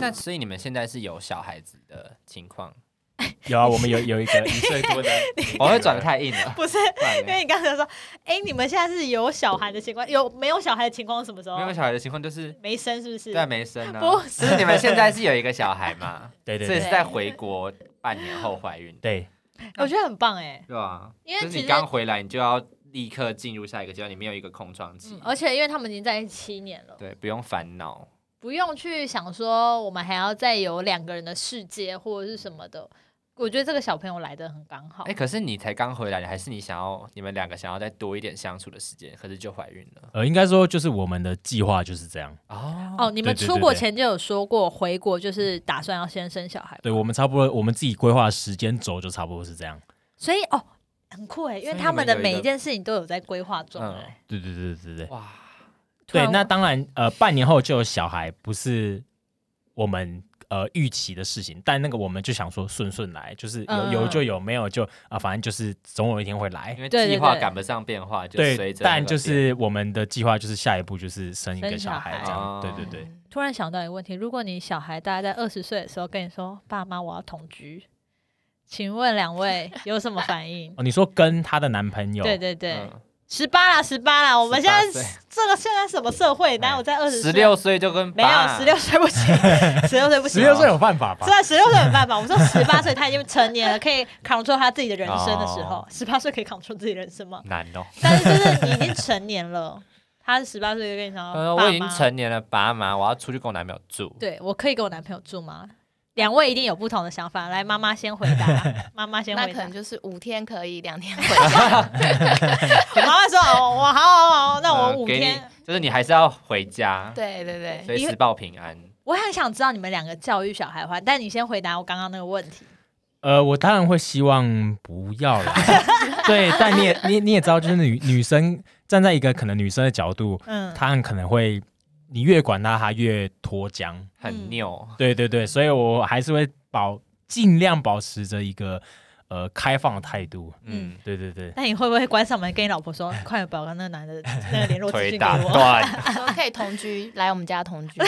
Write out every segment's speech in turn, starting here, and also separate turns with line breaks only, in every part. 那所以你们现在是有小孩子的情 况？
有啊，我们有有一个一岁多的，
我会转得太硬了。
不是，
不然
因
呢
为你刚才说，哎、你们现在是有小孩的情况，有没有小孩的情况是什么时候？
没有小孩的情况就是
没生是不是？
对啊没生啊，
不
只是你们现在是有一个小孩 嘛，
对对
所以
对
是在回国半年后怀孕的，
对，
我觉得很棒哎、
对啊，
因为
就是
其
你
实
刚回来，你就要立刻进入下一个阶段，你没有一个空窗期，
嗯而且因为他们已经在一起七年了，
嗯对，不用烦恼。
不用去想说我们还要再有两个人的世界或者是什么的。我觉得这个小朋友来的很刚好
哎、，可是你才刚回来，还是你想要你们两个想要再多一点相处的时间，可是就怀孕了
呃，应该说就是我们的计划就是这样。
哦。
哦，你们
对对对
出国
对
前就有说过，回国就是打算要先生小孩吗，
对我们差不多，我们自己规划时间轴就差不多是这样。
所以哦，很酷哎，因
所以
为
你
他们的
们有一
每
个
一件事情都有在规划中
嗯
哎。
对对对对对对。
哇，
突然
对，那
我
当然，呃，半年后就有小孩，不是我们呃预期的事情，但那个我们就想说顺顺来，就是有、
嗯
有就有，没有就啊、反正就是总有一天会来
因。为
对对
计划
对
赶不上变化，就随
对，
着那
但
个
就是我们的计划就是下一步就是生一个
生小
小孩
孩
这样，
哦
对对对，
突然想到一个问题：如果你小孩大概在二十岁的时候跟你说“爸妈，我要同居”，请问 两位有什么反应？
哦，你说跟她的男朋友，
对对
变
对，十八啦，十八啦，我们现在
嗯18岁
这个现在什么社会？哪有在二
嗯
十、
十啊六岁就跟
没有
爸
十六岁不行，十六岁不行。
16有办法吧
是
虽然十六岁没办法，我们说十八岁他已经成年了，可以 control 他自己的人生的时候
哦，
十八岁可以 control 自己人生吗？
难哦。
但是就是你已经成年了，他是十八岁就跟你讲，
呃，
哦爸
我已经
妈
成年了，爸妈，我要出去跟我男朋友住。
对，我可以跟我男朋友住吗？两位一定有不同的想法，来，妈妈先回答，妈妈先
那
回
可
答
能。就是五天可以，两天回 家。
妈妈说，哦，我好好好，那我
呃
五
给你
天，
就是你还是要回家，
对对对，
随 时报平安。
我很想知道你们两个教育小孩的话，但你先回答我刚刚那个问题。
呃，我当然会希望不要啦。 对，但你也你你也知道，就是女女生站在一个可能女生的角度，
嗯，
她很可能会，你越管她，她越脱缰。
很拗，
对对对，所以我还是会保尽量保持着一个呃开放的态度。
嗯，
对对对，
那你会不会关上门跟你老婆说，快点把我刚刚那个男的那个联络资
腿
讯给
打
我？
断，
说可以同居，来我们家同居。
啊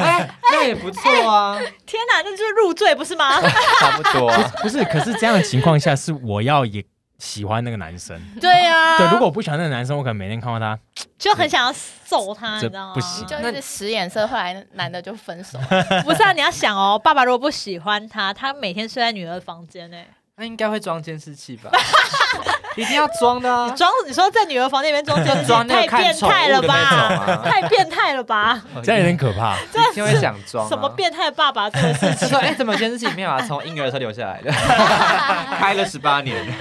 哎， 那也不错啊，
哎
天哪，那就是入赘不是吗？
差不多啊。
不是，可是这样的情况下，是我要也喜欢那个男生。
对啊，
对，如果我不喜欢那个男生，我可能每天看到他，
就很想要揍他，你
这
知道吗？
不行
就一直使眼色，后来男的就分手了。
不是啊，你要想哦，爸爸如果不喜欢他，他每天睡在女儿房间呢、
那应该会装监视器吧？一定要装的啊
你，装，你说在女儿房间里 面装监视器，
装那
太
个看
变
宠
态
物
了
的那
吧？
种 啊，
太变态了吧？
这样有点可怕。
嗯
一定会想 装啊
什么？变态爸爸做的事情？
他说：“哎，怎么监视器没有啊？从婴儿车留下来的，开了十八年。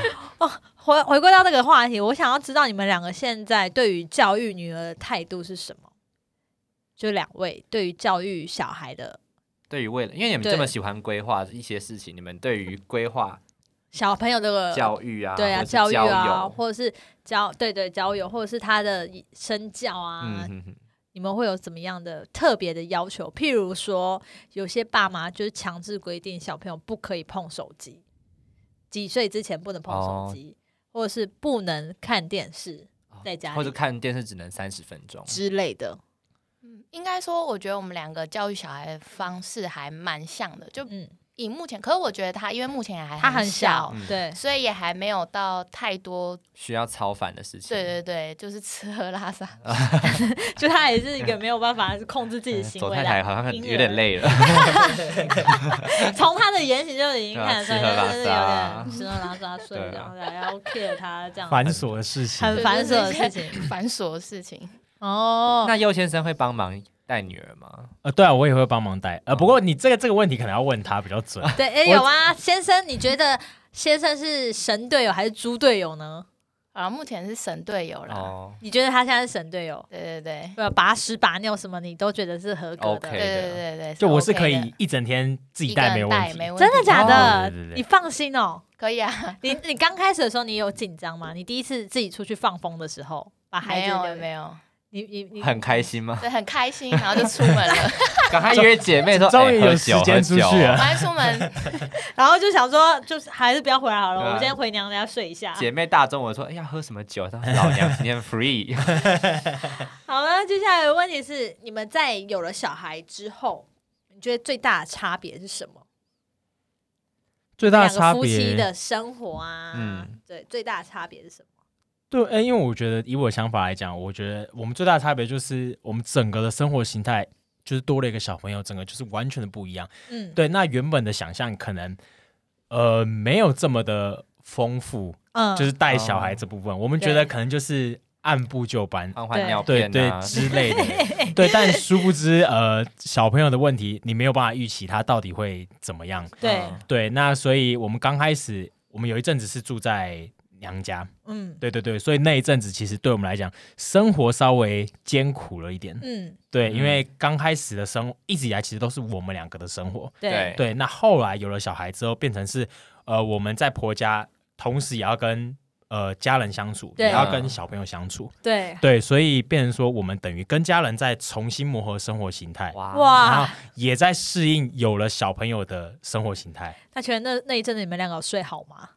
回回归到这个话题，我想要知道你们两个现在对于教育女儿的态度是什么？就两位对于教育小孩的
对于未来，因为你们这么喜欢规划一些事情，你们对于规划
小朋友这个
教育啊，
对啊，
或是
教育啊，
友，
或者是交对对交友，或者是他的身教啊，
嗯哼哼，
你们会有怎么样的特别的要求？譬如说，有些爸妈就是强制规定小朋友不可以碰手机，几岁之前不能碰
哦
手机，或者是不能看电视，在家里
或者看电视只能三十分钟，
之类的。
嗯应该说，我觉得我们两个教育小孩的方式还蛮像的。就
嗯，
以目前，可是我觉得他因为目前还
他很
小，
小
嗯，
对，
所以也还没有到太多。
需要超凡的事情。
对对对，就是吃喝拉撒。
就他也是一个没有办法控制自己的 行
走嗯
为
太
的，
太好像很
婴儿
有点累了，
从他的言行就已经看得出来，
对啊
就是有点吃喝拉撒睡
对啊
这样，然后 care 他这样，
繁琐的事情，
很繁琐的事情，
繁琐的事情。
哦。
那佑先生会帮忙带女儿吗？
呃，对啊，我也会帮忙带。呃，不过你这个这个问题可能要问他比较准。
对，哎、有啊，先生，你觉得先生是神队友还是猪队友呢？
啊，目前是神队友啦。
哦
你觉得他现在是神队友？
对对对
呃，把屎把尿什么你都觉得是合格的
OK
对对对对，
就我是
OK 的
可以一整天自己
一个
带
人
没有问
带
题。
没问题，
真的假的？
哦对对对
你放心哦。
可以啊，
你你刚开始的时候你有紧张吗？你第一次自己出去放风的时候，把孩
没
子
有
留
没有，
你你你
很开心 吗？
对，很开心，然后就出 门了，
赶快约姐妹说，
终于
哎
有时间出去。
喝酒喝
了
酒
我还出门，
然后就想说，就是还是不要回来好了，
对
我
啊
今天回娘家睡一下。
姐妹大中午说，哎呀，喝什么酒？她说老娘 今天 free。
啊好了。接下来的问题是，你们在有了小孩之后，你觉得最大的差别是什么？
最大的
两
差
个夫妻
别
的生活啊，
嗯
对，最大的差别是什么？
对，哎、因为我觉得以我的想法来讲，我觉得我们最大的差别就是我们整个的生活形态就是多了一个小朋友，整个就是完全的不一样。
嗯，
对，那原本的想象可能呃没有这么的丰富，
嗯，
就是带小孩这部分，我们觉得可能就是按部就班，
换换
对
尿
对
片
对
啊，
之类的，对。但殊不知，呃，小朋友的问题，你没有办法预期他到底会怎么样。
对，
对，那所以我们刚开始，我们有一阵子是住在娘家，
嗯
对对对，所以那一阵子其实对我们来讲，生活稍微艰苦了一点。
嗯，
对，
嗯
因为刚开始的生一直以来其实都是我们两个的生活。
对
对，
对，那后来有了小孩之后，变成是呃我们在婆家，同时也要跟呃家人相处，
对
也要跟小朋友相处。
对，
对，所以变成说我们等于跟家人在重新磨合生活形态，
哇
然后
哇，
也在适应有了小朋友的生活形态。
那请问那那一阵子你们两个有睡好吗？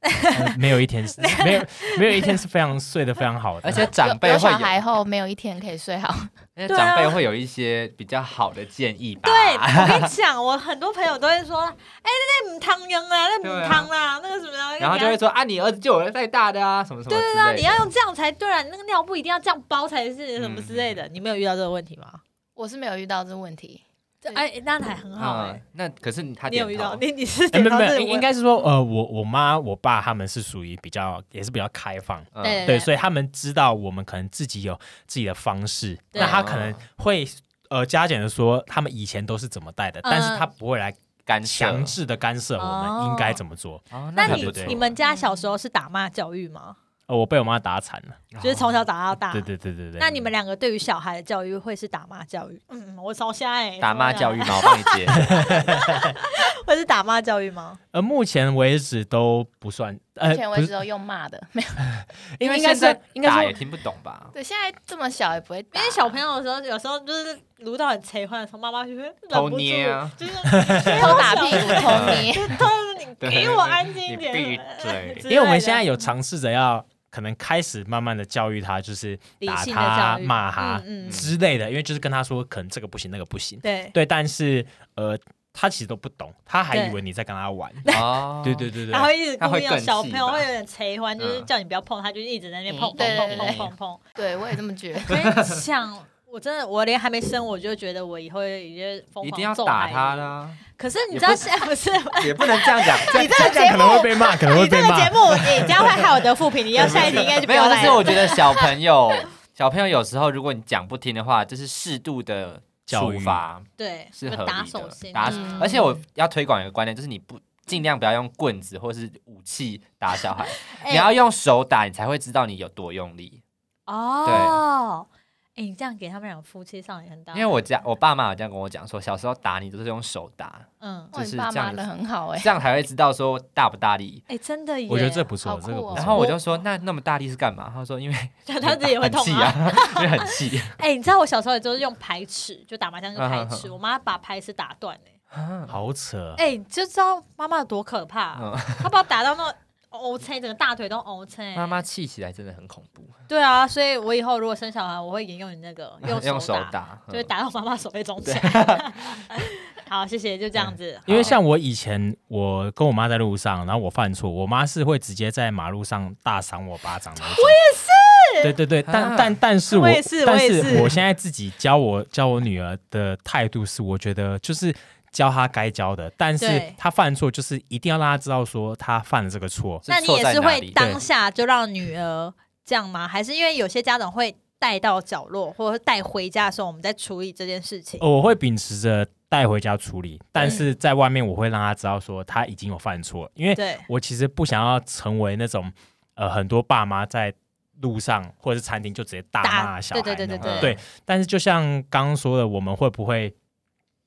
呃没有一天 是没有没有一天是非常睡得非常好的，
而且长辈
有
会
小
有，
孩后没有一天可以睡好，
而且
对啊
长辈会有一些比较好的建 议吧。
对，我跟你讲，我很多朋友都会说，哎、那那母汤英啊，那母汤啦，那个什么的，
然后就会
你要
说啊，你儿子就有带大的啊，什么什么之类
对啊，
的。
你要用这样才对啊，你那个尿布一定要这样包才是什么之类的。你没有遇到这个问题 吗？
我是没有遇到这问题。对
哎、那还很好哎、
嗯，那可是他
你有遇
点头
到？你你是
哎，
点
没
到
有没有，
这
应应该是说， 呃，我我妈我爸他们是属于比较也是比较开放，
嗯
对
对，所以他们知道我们可能自己有自己的方式，
对
那他可
哦
能会呃加减的说他们以前都是怎么带的，但是他不会来
干涉
强制的干涉我
嗯哦
们应该怎么做。
哦
那
很
你
不错
你们家小时候是打骂教育吗？
呃，我被我妈打惨了，
嗯
就是
哦
从小打到大。
对对对对对。
那你们两个对于小孩的教育会是打骂教育？嗯，我超瞎哎、
打骂
怎么
教
样
育嘛，我帮你 接。
会是打骂教育吗？
呃目前为止都不算，呃
哎
目，前为
不
止
是，
都用骂的，没有。
因为应
现
该
在
是应该
打
说
也听不懂 吧？
对，现在这么小也不会打，
因为小朋友的时候，有时候就是撸到很贼欢的时候，妈妈就会忍不住，
偷捏啊
就是
偷
偷
打屁 股，偷捏。
就偷着你
对
给我安静一点，
你闭嘴
之类的嗯
因为我们现在有尝试着要可能开始慢慢的教育他，就是
理
打
性的教
他、
育
骂他
嗯嗯，
之类的，因为就是跟他说可能这个不行，那个不行，
对
对，但是呃，他其实都不懂，他还
对
以为你在跟他玩，
哦，
对对对对
然后一直
他
故
会
意
更
让
细
小朋友
吧
会有点贼欢，就是
嗯
叫你不要碰，他就一直在那边碰碰
嗯对
碰
对
碰
对
碰碰。
对我也这么觉得。
我跟你讲，我真的我连还没生我就觉得我以后已经疯
一定要
狂揍
打
孩
他
子。
啦，
可是你知道现在不是
也不能这样讲。 这样
这样可能会被骂，可能
你
会
这
被
个
骂。
节目，你这样会害我得 负评。你要下一集应该就不
没有，
要
但
来
是
了。
我觉得小朋友， 小朋友有时候如果你讲不听的话，这是适度的
教
处
育
罚
对，
是
就
合
打
理
手
的
心，。
打手
嗯
而且我要推广一个观念，就是你不尽量不要用棍子或是武器打小 孩，
哎
你要用手打，你才会知道你有多用力。
哦，哎，你这样给他们两个夫妻上也很大。
因为我家我爸妈有这样跟我讲说，小时候打你都是用手打，
嗯，
哇，
就是
你爸
这样
妈的很好哎、
这样才会知道说大不大力。
哎，真的耶，
我觉得这不错
好，酷
这个不
哦
然
错。
后我就说，那那么大力是干嘛？他说因为
哦 他自己也会
很
痛
气啊，因为很 气。
哎、你知道我小时候也就是用排尺，就打麻将用排尺，
嗯
我妈把排尺打断哎、
好扯，哦
哎、你就知道妈妈有多可怕，
嗯
她把我打到那种 O C，整个大腿都 O C。
妈妈气起来真的很恐怖，
对啊，所以我以后如果生小孩，我会沿用你那个用
用手
手打，
打，嗯
就会打到妈妈手被肿 起来。 好，谢谢，就这样子。
嗯
因为像
好
我以前，我跟我妈在路上，然后我犯错，我妈是会直接在马路上大赏我巴掌的。我也是。对对对，
啊
但但但是我，
我也是
但
我也
是
是
我现在自己教我教我女儿的态度是，我觉得就是教她该教的，但是
对
她犯错就是一定要让她知道说她犯了这个错，
那你
错
也
在
是
哪
会
里
当下就让女儿这样吗？还是因为有些家长会带到角落，或者是带回家的时候，我们在处理这件事
哦
情？
呃，我会秉持着带回家处理，但是在外面我会让他知道说他已经有犯错，因为
对，
我其实不想要成为那种呃很多爸妈在路上或者是餐厅就直接大
打
骂小孩
对对对
那
对
种
嗯
对但是就像刚刚说的，我们会不会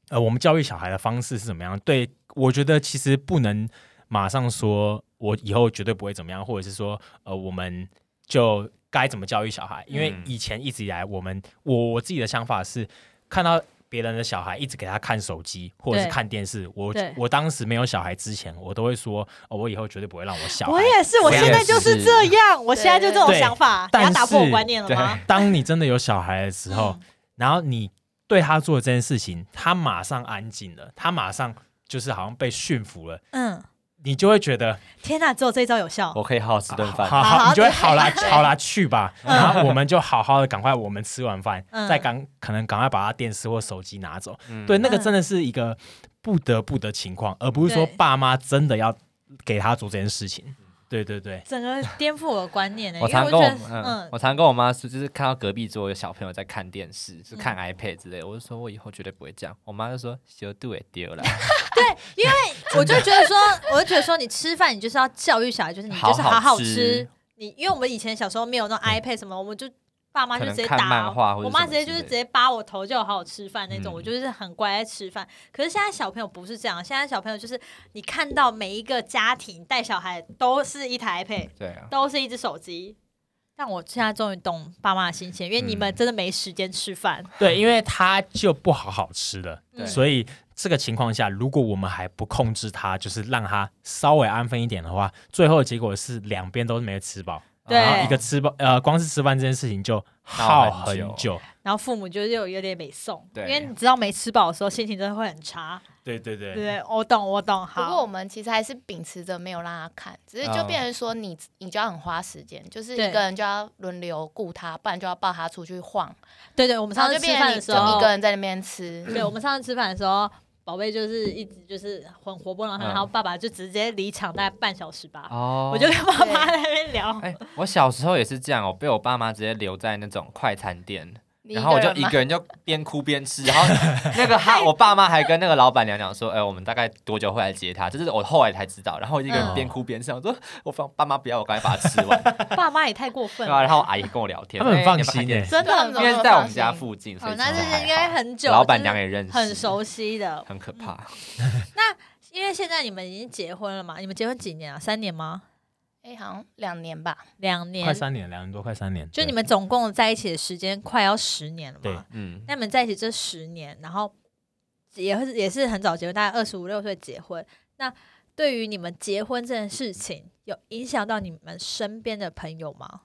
呃我们教育小孩的方式是怎么样？对我觉得其实不能马上说我以后绝对不会怎么样，或者是说呃我们就该怎么教育小孩，因为
嗯
以前一直以来我们我我自己的想法是看到。别人的小孩一直给他看手机或者是
对
看电视，我
对
我当时没有小孩之前，我都会说，哦，我以后绝对不会让我
哎
小孩。
我也是，我
我
现
也
在就是
是
这样，我现在就这种
对
想法。你
但
要打破我
是
观念了吗？
当你真的有小孩的时候，然后你对他做这件事情，他马上安静了，他马上就是好像被驯服了，
嗯，
你就会觉得
天哪，只有这一招有效。
我可以好好吃顿饭。
好
好
好，
好
你就会
对
好 啦，好啦，去吧。
嗯
然后我们就好好的，赶快我们吃完饭，
嗯
再赶可能赶快把他电视或手机拿走。
嗯
对，那个
嗯
真的是一个不得不的情况，而不是说
对
爸妈真的要给他做这件事情。对对对，
整个颠覆我的观念呢、欸
我
因为
常
我
跟
觉
我
得，
嗯
嗯，，
我常跟我妈说，就是看到隔壁桌有小朋友在看电视，
嗯
是看 iPad 之类的，我就说我以后绝对不会这样。我妈就说小肚也丢 了，
我就觉得说，我就觉得说，你吃饭你就是要教育小孩，就是你就是
好
好
好
好
吃
吃。你因为我们以前小时候没有那种 iPad 什么，我们就爸妈就
可能
直接
看
打
漫
哦，
画或者什
我
么
妈
之
直
类
接
的，
就是直接扒我头叫我好好吃饭那种，
嗯
我就是很乖在吃饭。可是现在小朋友不是这样，现在小朋友就是你看到每一个家庭带小孩都是一台 iPad，
对啊，
都是一只手机。但我现在终于懂爸妈的心情，因为你们
嗯
真的没时间吃饭。
对，因为他就不好好吃了，
对
所以这个情况下，如果我们还不控制他，就是让他稍微安分一点的话，最后的结果是两边都没吃饱，
对
然后一个吃饱，呃，光是吃饭这件事情就
闹
耗
很久
很久。
然后父母就是有有点没送，
对
因为你知道没吃饱的时候心情真的会很差。
对对对
对，我懂，我懂。
不过我
好，
们其实还是秉持着没有让他看，只是
哦
就变成说你你就要很花时间，就是
对
一个人就要轮流顾他，不然就要抱他出去晃，
对对，我们
然
上
后
次吃
就变成
饭
你
的时
就一
候
个，人在那边吃。
对我们上次吃饭的时候，宝贝就是一直就是很活泼，然后
嗯
然后爸爸就直接离场大概半小时吧，
哦，
我就跟爸妈在那边聊。
哎、我小时候也是这样，哦我被我爸妈直接留在那种快餐店，
你
然后我就
人
一
吗
个人就边哭边吃，然后那 个他我爸妈还跟那个老板娘讲说，哎、我们大概多久会来接他？这是我后来才知道，然后我一个人
嗯
边哭边吃，我说我放爸妈不要，我赶快把它吃 完，
爸妈也太过分
对吧、
了，
然后我阿姨跟我聊天，
他们很
哎
放
你要不要看
心欸
电
耶
视
真的很
对
因
啊
为是在我们家附近，所以
哦，
其
那
实
这
还
是应该
好
很久，
老板娘
就是
也认识，
很，熟悉嗯的。
很可怕。
因为现在你们已经结婚了嘛？你们结婚几年啊？三年吗？
哎，好像两年吧，
两
快
年？
三年，两年多，快三年。
就
对
你们总共在一起的时间快要十年了嘛？
对
嗯，
那你们在一起这十年，然后也是也是很早结婚，大概二十五六岁结婚。那对于你们结婚这件事情，有影响到你们身边的朋友吗？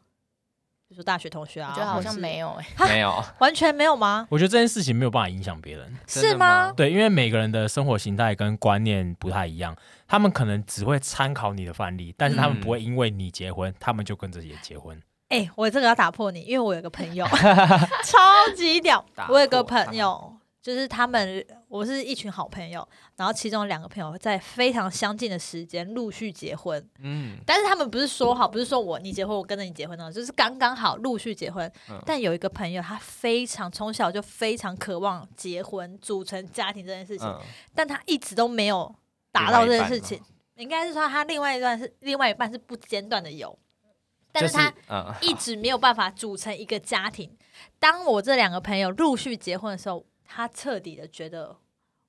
比如说大学同学啊，
我觉得好像
或是
没有哎。
没有，
完全没有吗？
我觉得这件事情没有办法影响别人，
真的
是吗？
对，因为每个人的生活形态跟观念不太一样，他们可能只会参考你的范例，但是他们
嗯
不会因为你结婚，他们就跟着也结婚。
哎、我这个要打破你，因为我有个朋 友超级屌
打，破
我有个朋友。就是他们，我是一群好朋友，然后其中两个朋友在非常相近的时间陆续结婚，
嗯，
但是他们不是说好，不是说我你结婚，我跟着你结婚呢，就是刚刚好陆续结婚。
嗯
但有一个朋友，他非常从小就非常渴望结婚、组成家庭这件事情，
嗯，
但他一直都没有达到这件事
另外一
情。应该是说他另外一段是另外一半是不间断的有，但
就是
他
嗯，
一直没有办法组成一个家庭。当我这两个朋友陆续结婚的时候，他彻底的觉得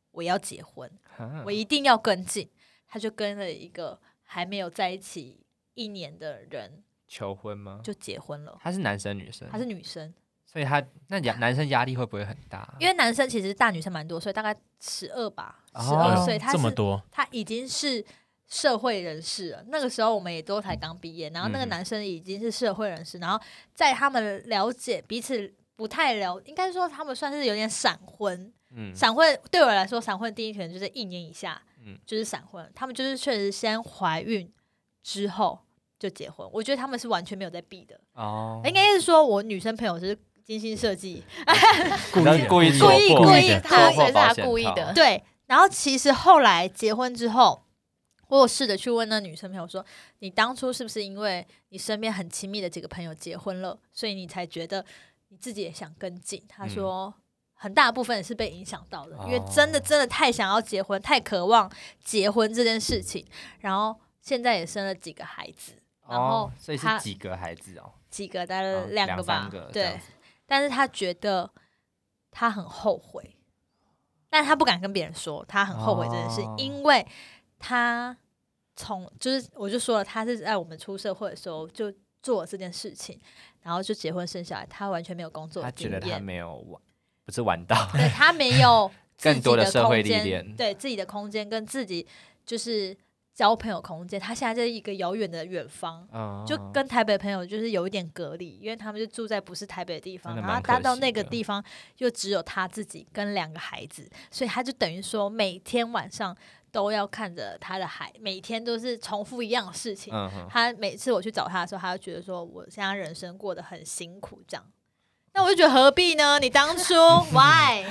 我要结婚。
嗯
嗯
我一定要跟进。他就跟了一个还没有在一起一年的人
求婚
嗯
吗？
就结婚了，
他是男生女生？
她是女生，
所以他那压男生压力会不会很大？
啊因为男生其实大女生蛮多岁，大概十二吧，
哦
十
哎
二
呦
岁，他
呃这么
是
多，
他已经是。社会人士了，那个时候我们也都才刚毕业，然后那个
嗯
男生已经是社会人士，然后在他们了解彼此不太了，应该说他们算是有点闪婚，
嗯
闪婚对我来说，闪婚第一可能就是一年以下，
嗯
就是闪婚。他们就是确实先怀孕之后就结婚，我觉得他们是完全没有在避的。
哦
应该是说我女生朋友是精心设计，
你故意
故意
故意
做
故
破
意
的
他
戳破
所以是他
保险
故意
套
的
对。然后其实后来结婚之后，我有试着去问那女生朋友说：“你当初是不是因为你身边很亲密的几个朋友结婚了，所以你才觉得你自己也想跟进？”她说。很大部分是被影响到的，因为真的
哦
真的太想要结婚，太渴望结婚这件事情。然后现在也生了几个孩子，然后
哦，所以是
他
几个孩子哦，
几个大
哦
概两
两
个
三
吧，
个这样
对
子。
但是他觉得他很后悔，但他不敢跟别人说他很后悔这件事，
哦
因为他从就是我就说了，他是在呃我们出社会的时候就做了这件事情，然后就结婚生小孩，他完全没有工作
他
的
觉
经
得他
验，
没有玩，不是玩到，
对他没有自己
更多的社会
空间
历练
对自己的空间跟自己就是交朋友空间，他现在在一个遥远的远方。
嗯
就跟台北朋友就是有一点隔离，因为他们就住在不是台北的地方，
真的
然后
蛮可
他到
惜
那个
的
地方又只有他自己跟两个孩子，所以他就等于说每天晚上都要看着他的孩，每天都是重复一样的事情。
嗯哼
他每次我去找他的时候，他就觉得说我现在人生过得很辛苦这样。那我就觉得何必呢？你 当初 why？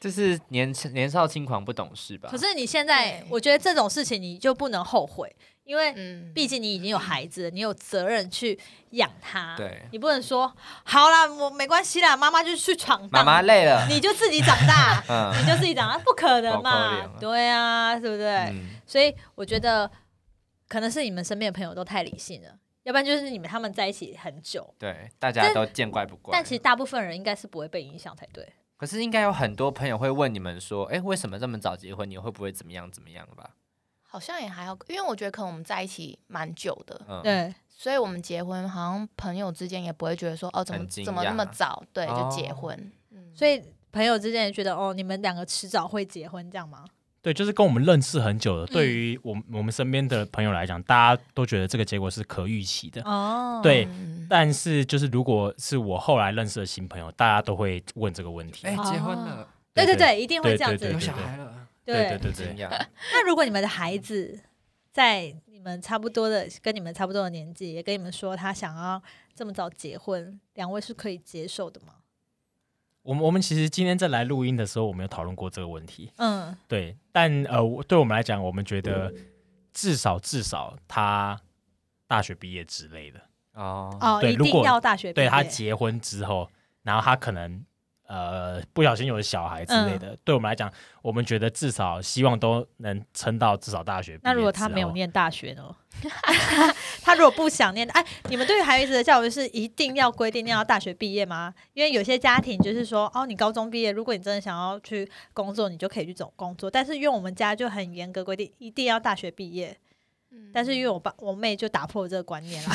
就是年轻年少轻狂不懂事吧？
可是你现在
对，
我觉得这种事情你就不能后悔，因为
嗯，
毕竟你已经有孩子了，你有责任去养他。
对
你不能说好啦，我没关系啦，妈妈就去闯
妈
荡，
妈累了，，
你就自己长大
嗯
你就自己长大，不可能
好可怜啊
嘛？对啊，对不对？
嗯
所以我觉得可能是你们身边的朋友都太理性了，要不然就是你们他们在一起很久，
对，大家
但
都见怪不怪。
但其实大部分人应该是不会被影响才对。
可是应该有很多朋友会问你们说，哎，为什么这么早结婚？你会不会怎么样怎么样吧？
好像也还好，因为我觉得可能我们在一起蛮久的，
嗯，
对，
所以我们结婚好像朋友之间也不会觉得说哦，怎么
很惊讶
怎么那么早，对，
哦
就结婚。嗯
所以朋友之间也觉得哦，你们两个迟早会结婚，这样吗？
对，就是跟我们认识很久的，对于我们我们身边的朋友来讲，大家都觉得这个结果是可预期的。
哦，
对
嗯
但是，就是如果是我后来认识的新朋友，大家都会问这个问题。
哎，
哦
结婚了，
对对
对
对，一定会这样子。
对对
有
对
小孩了，
对对
很
对
惊
对，
讶。
那如果你们的孩子在你们差不多的跟你们差不多的年纪，也跟你们说他想要这么早结婚，两位是可以接受的吗？
我们我们其实今天在来录音的时候，我们有讨论过这个问题。
嗯，
对，但呃，我对我们来讲，我们觉得至少至少他大学毕业之类的，
哦，
哦，
对
一
如
定
果
要大学毕
对
业。
他结婚之后，然后他可能呃不小心有了小孩之
嗯
类的，对我们来讲，我们觉得至少希望都能撑到至少大学毕业之后。
那如果他没有念大学呢？ 他如果不想念，哎，你们对于孩子的教育是一定要规定要大学毕业吗？因为有些家庭就是说，哦，你高中毕业，如果你真的想要去工作，你就可以去找工作。但是因为我们家就很严格规定，一定要大学毕业。
嗯
但是因为我爸我妹就打破了这个观念了，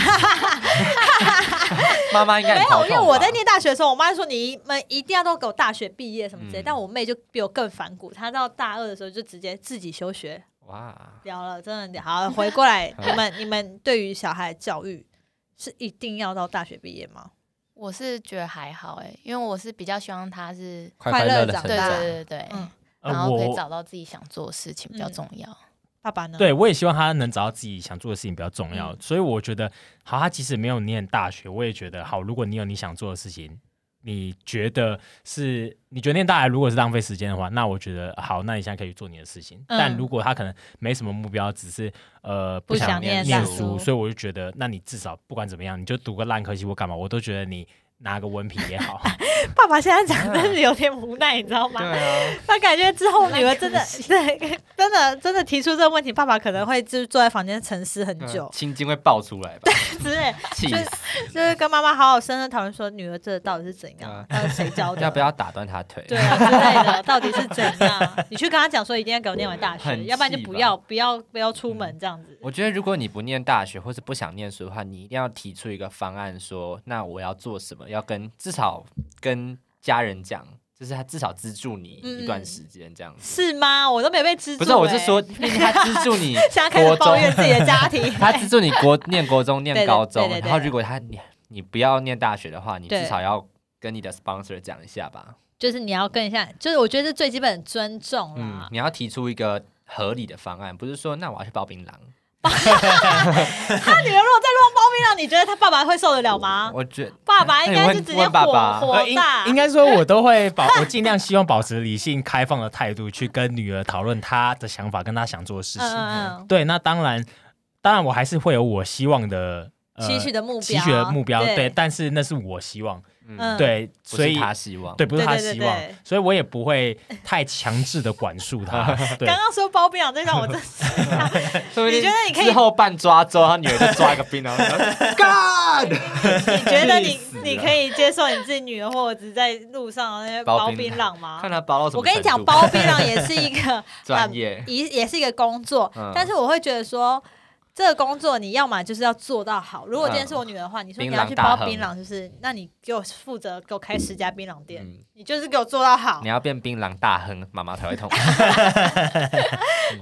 妈妈应该
没
很头
有，
痛
因为我
吧
在念大学的时候，我妈说你们一定要都给我大学毕业什么之类，
嗯
但我妹就比我更反骨，她到大二的时候就直接自己休学
哇，
聊了，真的好回过来
，好
你们你们对于小孩的教育是一定要到大学毕业吗？
我是觉得还好哎、因为我是比较希望他是，
快
快乐
乐的
长
成
对
大
对
长，
对对，
嗯
呃
然后可以
我
找到自己想做的事情比较重要。
爸爸呢？
对，我也希望他能找到自己想做的事情比较重要，
嗯
所以我觉得，好，他即使没有念大学，我也觉得好。如果你有你想做的事情，你觉得是你觉得念大学如果是浪费时间的话，那我觉得好，那你现在可以去做你的事情。但
嗯
如果他可能没什么目标，只是呃
不想
想
念
念
大
书，
书
所以我就觉得，那你至少不管怎么样，你就读个烂科系或干嘛，我都觉得你拿个文凭也好。
爸爸现在讲真是有点无奈，你知道吗？
对啊，
他感觉之后女儿真的
烂可
对，真的真的提出这个问题，爸爸可能会就是坐在房间沉思很久
嗯青筋会爆出来吧？
之类。
气
就
死！
就是跟妈妈好好深深讨论说，女儿这到底是怎样，到底谁教的，
嗯 要不要打断他腿？
对啊之类的，到底是怎样？你去跟她讲说，一定要给我念完大
很
学，
气
要不然就不
吧嗯
要不要不要出门这样子。
我觉得，如果你不念大学或是不想念书的话，你一定要提出一个方案说那我要做什么？要跟至少跟家人讲，就是他至少资助你
嗯
一段时间这样子。
是吗？我都没被资助、
不是，我是
欸
说，，他资助 你
现在开
国
始抱
中，。
怨自己的家庭
他资助你国念国中、
对
念
对
高中
对对，对
然后如果他你你不要念大学的话，你
对
至少要跟你的 sponsor 讲一下吧。
就是你要跟一下，就是我觉得这最基本的尊重
嗯
啦，。
你要提出一个合理的方案，不是说那我要去包槟榔。
他女儿如果再乱包庇，让你觉得他爸爸会受得了吗？
我觉得
爸爸应该是直接
问爸爸
火火
呃应
大嗯
应。该说，我都会保，我尽量希望保持理性、开放的态度去跟女儿讨论她的想法，跟她想做的事情。
嗯嗯
对，那当然，当然我还是会有我希望的、
嗯，
呃、
期许的目标，
期许的目标，对
对，
但是那是我希望，
嗯
对，
不
所
是
以
他希望。
对，不是
对
他
对对
希望，
对
所以我也不会太强制的管束 他，对
刚。刚说包槟榔这段，我真是
说不定
你觉得你可以
之后半抓之后，他女儿就抓一个槟榔 ，God，
你 觉得你
气死了
你可以接受你自己女儿或者只在路上那些
包
包
槟
槟榔吗
看？他包到什么程度。
我跟你讲，包槟榔也是一 个
专业，
一也是一个工作
嗯，
但是我会觉得说。这个工作你要嘛就是要做到好。如果今天是我女儿的话，你说
嗯槟
你
榔
要去
大
包
亨
槟榔，就是那你给我负责给我开十家槟榔店，
嗯
你就是给我做到好
你要变槟榔 大亨，妈妈才会痛。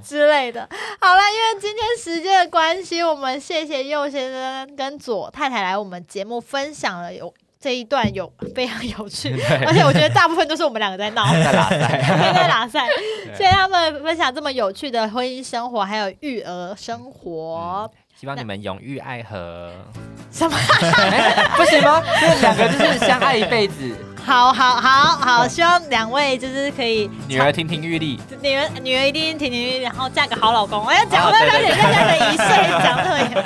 之类的。好啦，因为今天时关系，我们谢谢右先生跟左太太来我们节目分享了有这一段有非常有趣，
哎
而且我觉得大部分都是我们两个在闹，
在拉塞，
在拉塞，
对
谢谢他们分享这么有趣的婚姻生活，还有育儿生活。
希望你们永浴爱河。
什么？
哎不行吗？这两个就是相爱一辈子，
好好好好，希望两位就是可以
女儿亭亭玉 立。
女儿女儿一定挺挺，然后嫁个好老公。我要讲
哦
我要
对
了
对
解大家的一岁讲对。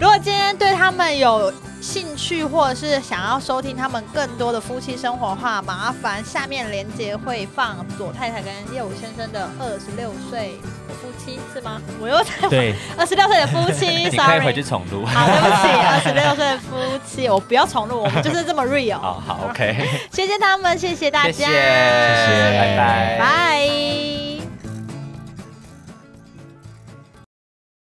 如果今天对他们有兴趣，或者是想要收听他们更多的夫妻生活的话，麻烦下面连接会放左太太跟叶武先生的二十六岁的夫妻是吗？我又 在
对，
二十六岁的夫妻
你可以回去
，sorry。
重录。
好，对不起，二十六岁的夫妻，我不要重录，我们就是这么 real。
好好，OK，
谢谢他们，谢谢大家，
谢谢，拜拜，
拜。